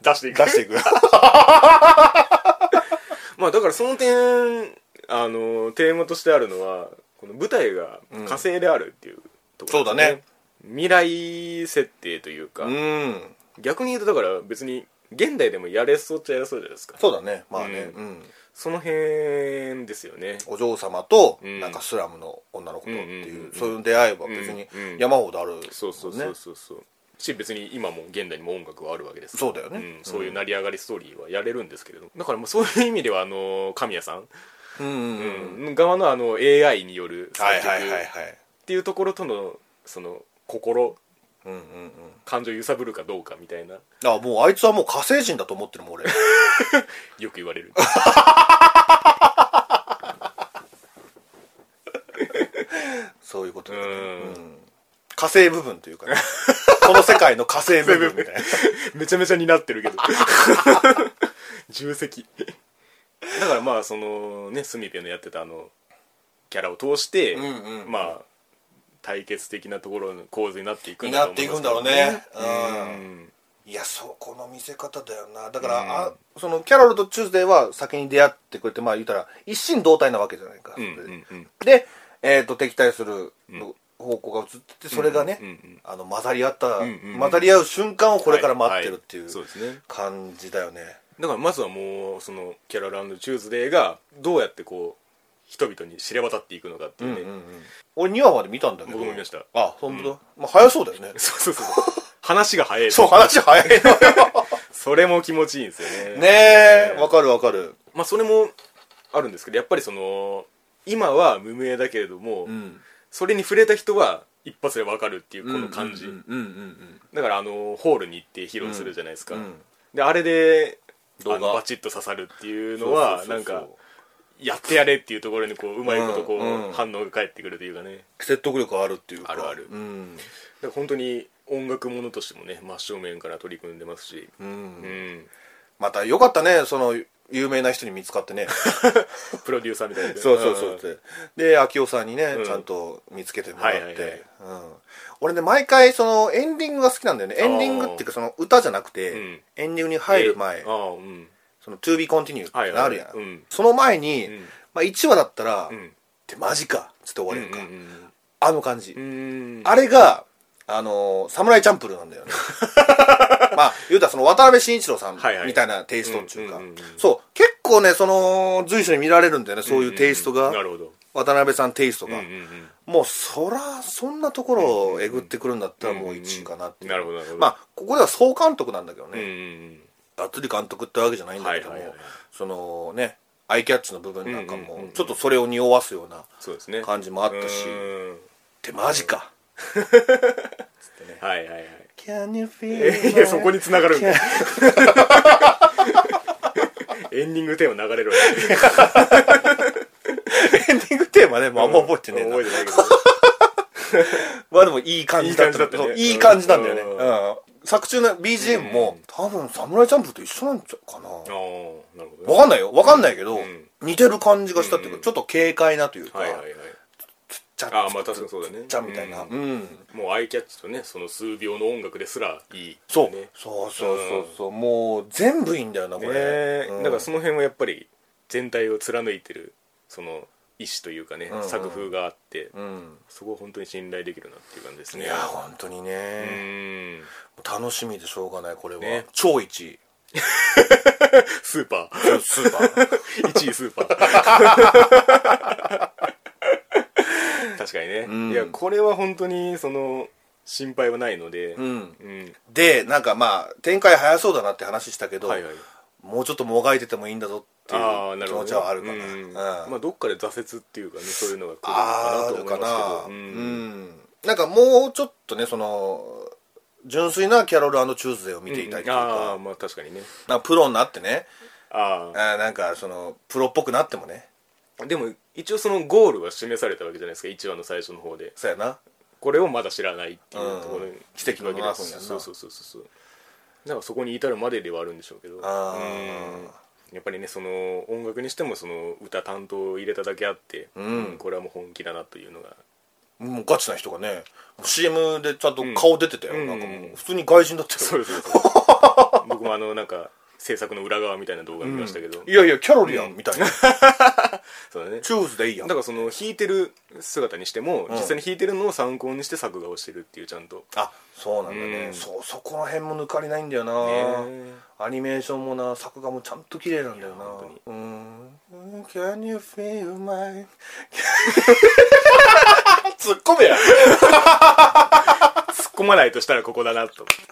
A: 出していく
B: と出してい く
A: まあだからその点あのテーマとしてあるのはこの舞台が火星であるっていうところ、
B: そうだね
A: 未来設定というか、
B: うん
A: 逆に言うとだから別に現代でもやれそうっちゃやれそうじゃないですか
B: そうだねまあね、う
A: うんその辺ですよね
B: お嬢様と
A: うん
B: なんかスラムの女の子とっていう,、
A: うんうんうん
B: そういう出会いは別に
A: うんうん
B: 山ほどあるもんね
A: そうそうそうそうそう、し別に今も現代にも音楽はあるわけです
B: そうだよね
A: んそういう成り上がりストーリーはやれるんですけれどもだからもうそういう意味ではあの神谷さん、
B: うんうんうん
A: うん側のあの AI による
B: は
A: 作
B: い
A: 曲
B: はいはいは
A: っ
B: い
A: ていうところとのその心
B: うんうんうん
A: 感情揺さぶるかどうかみたいな
B: あもうあいつはもう火星人だと思ってるもん俺
A: よく言わ れる
B: そういうことだよね、
A: うん
B: うん火星部分というかねこの世界の火星部分み たいな
A: めちゃめちゃになってるけ ど重責だからまあそのねスミペのやってたあのキャラを通して、
B: うんうん
A: まあ対決的なところの構図になっていく
B: に
A: ん
B: な
A: だ
B: っていくんだ
A: と
B: ろ
A: 思
B: う
A: います
B: ね
A: けど
B: うん
A: うん
B: いやそうこの見せ方だよなだから、あそのキャロルとチューズデーは先に出会ってくれてまあ言ったら一心同体なわけじゃないか、
A: うん
B: それ
A: う
B: で
A: んうん
B: で、えー、と敵対する方向が移っててそれがね、
A: うんうんうん
B: あの混ざり合った、
A: んうんうん
B: 混ざり合う瞬間をこれから待ってるってい
A: は
B: う
A: はそうですね
B: 感じだよね、
A: だからまずはもうそのキャラランドチューズデーがどうやってこう人々に知れ渡っていくのかっていうね、
B: うんうん俺2話まで見たんだけど
A: 僕も見ました
B: あ本当だ、まあ、早そうだよね
A: そうそうそう話が早い
B: そう話 早いのよ
A: それも気持ちいいんですよね
B: ねえわかるわかる
A: まあそれもあるんですけどやっぱりその今は無名だけれども、
B: ん
A: それに触れた人は一発でわかるっていうこの感じ、
B: うんうんうん
A: だからあのホールに行って披露するじゃないですか、
B: うんうん
A: であれで
B: 動画
A: あのバチッと刺さるっていうのは
B: そうそうそうそう
A: なんかやってやれっていうところにこううまいことこう、
B: うんうん
A: 反応が返ってくるというかね
B: 説得力あるっていうか
A: あるある
B: うん
A: だから本当に音楽ものとしてもね真正面から取り組んでますし
B: うん
A: うん
B: またよかったねその有名な人に見つかっ てね
A: プロデューサーみたいな
B: そうそうそ
A: ん
B: うってで明夫さんにね、
A: うん
B: ちゃんと見つけてもらって、
A: はいはいはい
B: うん、俺ね毎回そのエンディングが好きなんだよねエンディングっていうかその歌じゃなくて、
A: うん
B: エンディングに入る前
A: ああうん
B: 「その To be continued」ってなるやん、
A: はいはいうん
B: その前に、
A: ん
B: まあ、1話だったら「
A: うん
B: ってマジか」っつって終わ
A: う
B: れ
A: ん
B: るか、
A: うん
B: あの感じ、
A: うん
B: あれが、あのー、サムライチャンプルーな んだよね。まあ、言うたらその渡辺慎一郎さん
A: はいはい
B: みたいなテイストっていうか
A: うんうんうんうん、
B: そう、結構ね、その、随所に見られるんだよね、そういうテイストが
A: な。るほど
B: 渡辺さんテイスト
A: うん
B: が
A: う。ん
B: もう、そら、そんなところをえぐってくるんだったらもう1位かなっ
A: う
B: て
A: ん
B: いう。
A: なるほどなるほど
B: まあ、ここでは総監督なんだけど
A: うんうん
B: ね、
A: うん
B: がっつり監督ってわけじゃないんだけども
A: はいはいはい、
B: そのね、アイキャッチの部分なんか
A: うんうんうん
B: も
A: うん、
B: ちょっとそれを匂わすような
A: そうですね
B: 感じもあったし、
A: う
B: っ
A: ん
B: てマジか。
A: はいはいはい
B: い
A: えいやそこに繋が るんだエンディングテーマ流れるわ
B: エンディングテーマね、もうあんま覚えてねえな。
A: 覚えてないけ ど
B: まあでもいい感じだった。
A: いい感じだったね
B: そういい感じなんだよね。
A: う
B: うんん。作中の BGM も、多分、サムライチャンプルと一緒なんちゃうかな。
A: ああなるほどね
B: わかんないよ。わかんないけど
A: ん、
B: 似てる感じがしたっていう
A: うん
B: か、ちょっと軽快なというか、
A: はいはいはい
B: ちゃっ
A: ああまあ確かにそうだね
B: ちゃみたいな。
A: うん
B: うん。
A: もうアイキャッチとねその数秒の音楽ですらいい
B: そう
A: ね。
B: そうそうそうそう。もう、全部いいんだよな、こ
A: ね
B: れ。うん
A: だからその辺はやっぱり全体を貫いてるその意思というかね、
B: んうん
A: 作風があって、
B: うん。
A: そこを本当に信頼できるなっていう感じです
B: い
A: ね
B: や、本当に
A: う
B: ね。
A: ーん
B: 楽しみでしょうがない、これは
A: ね。
B: 超一位。
A: スーパ ー
B: スーパー。
A: 1位スー パー確かにね、
B: ん
A: いやこれは本当にその心配はないのでう、
B: うんん。でなんかまあ展開早そうだなって話したけど、
A: はいはい
B: もうちょっともがいててもいいんだぞって
A: ああ
B: い
A: な
B: う
A: るほど
B: 気持
A: ね
B: ちはあるかな
A: うん
B: うん
A: まあ、どっかで挫折っていうかねそういうのが来るの
B: ある
A: か
B: か
A: なと
B: な
A: 思います
B: う
A: けど、うん
B: んなんかもうちょっとねその純粋なキャロルチューズデーを見ていたいという
A: ああ
B: か,、
A: まあ確かにね
B: なんかプロになってね
A: あ
B: あーなんかそのプロっぽくなってもね
A: あでも一応そのゴールは示されたわけじゃないですか1話の最初の方で
B: そうやな
A: これをまだ知らないっていうところ
B: う
A: に
B: ん奇跡の
A: わけで
B: 七分やんな
A: そうそうそうそうだからそこに至るまでではあるんでしょうけど
B: あ
A: うんやっぱりねその音楽にしてもその歌担当を入れただけあって、う
B: ん
A: んこれはもう本気だなというのが
B: もうガチな人がね CM でちゃんと顔出てたよ、
A: うん
B: なんかもう普通に外人だった
A: そ
B: よ、
A: うです僕もあのなんか制作の裏側みたいな動画見ましたけど、
B: いやいやキャロルやんみたいな、
A: そうだね
B: チューズデーやん
A: だからその弾いてる姿にしても、実際に弾いてるのを参考にして作画をしてるっていうちゃんと
B: あそうなんだね、
A: うん
B: そうそこら辺も抜かりないんだよな、
A: ね
B: アニメーションもな作画もちゃんと綺麗なんだよな
A: や本
B: うーんうん Can you feel my ツッコめや
A: 突っ込まないとしたらここだなと思って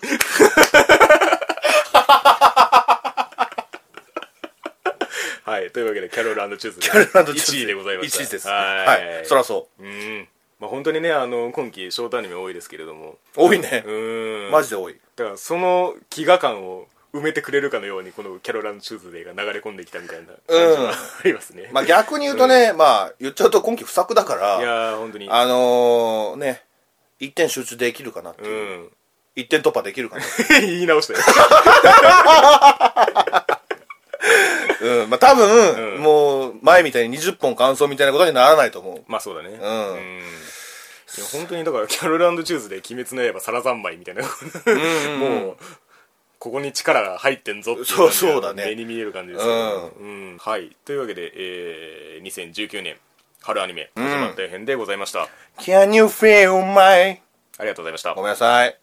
A: はいというわけでキャロルチューズキャ1位でございました
B: 1位です
A: は
B: はいい、そらそう
A: うんまあ本当にねあの今期ショートアニメ多いですけれども
B: う多いね
A: う、ーん
B: マジで多い
A: だからその飢餓感を埋めてくれるかのようにこのキャロルチューズデーが流れ込んできたみたいな感じがありますね、
B: まあ逆に言うとね、まあ言っちゃうと今期不作だか
A: い
B: ら
A: やー本当に
B: あのー、ね一点集中できるかなって
A: う
B: いう、
A: ん
B: 一点突破できるかな
A: 言い直したよ
B: うん、まあ多分、もう前みたいに20本完走みたいなことにならないと思う。
A: まあそうだねうんいや本当にだからキャロルチューズで「鬼滅の刃」「皿三昧」みたいな もうここに力が入ってんぞってい
B: そ
A: 感
B: う
A: じが
B: そうだね
A: 目に見える感じですけど、うんはいというわけで、えー2019年春アニメ始まった編でございました、あ
B: Can you feel my?
A: りがとうございました
B: ごめんなさい。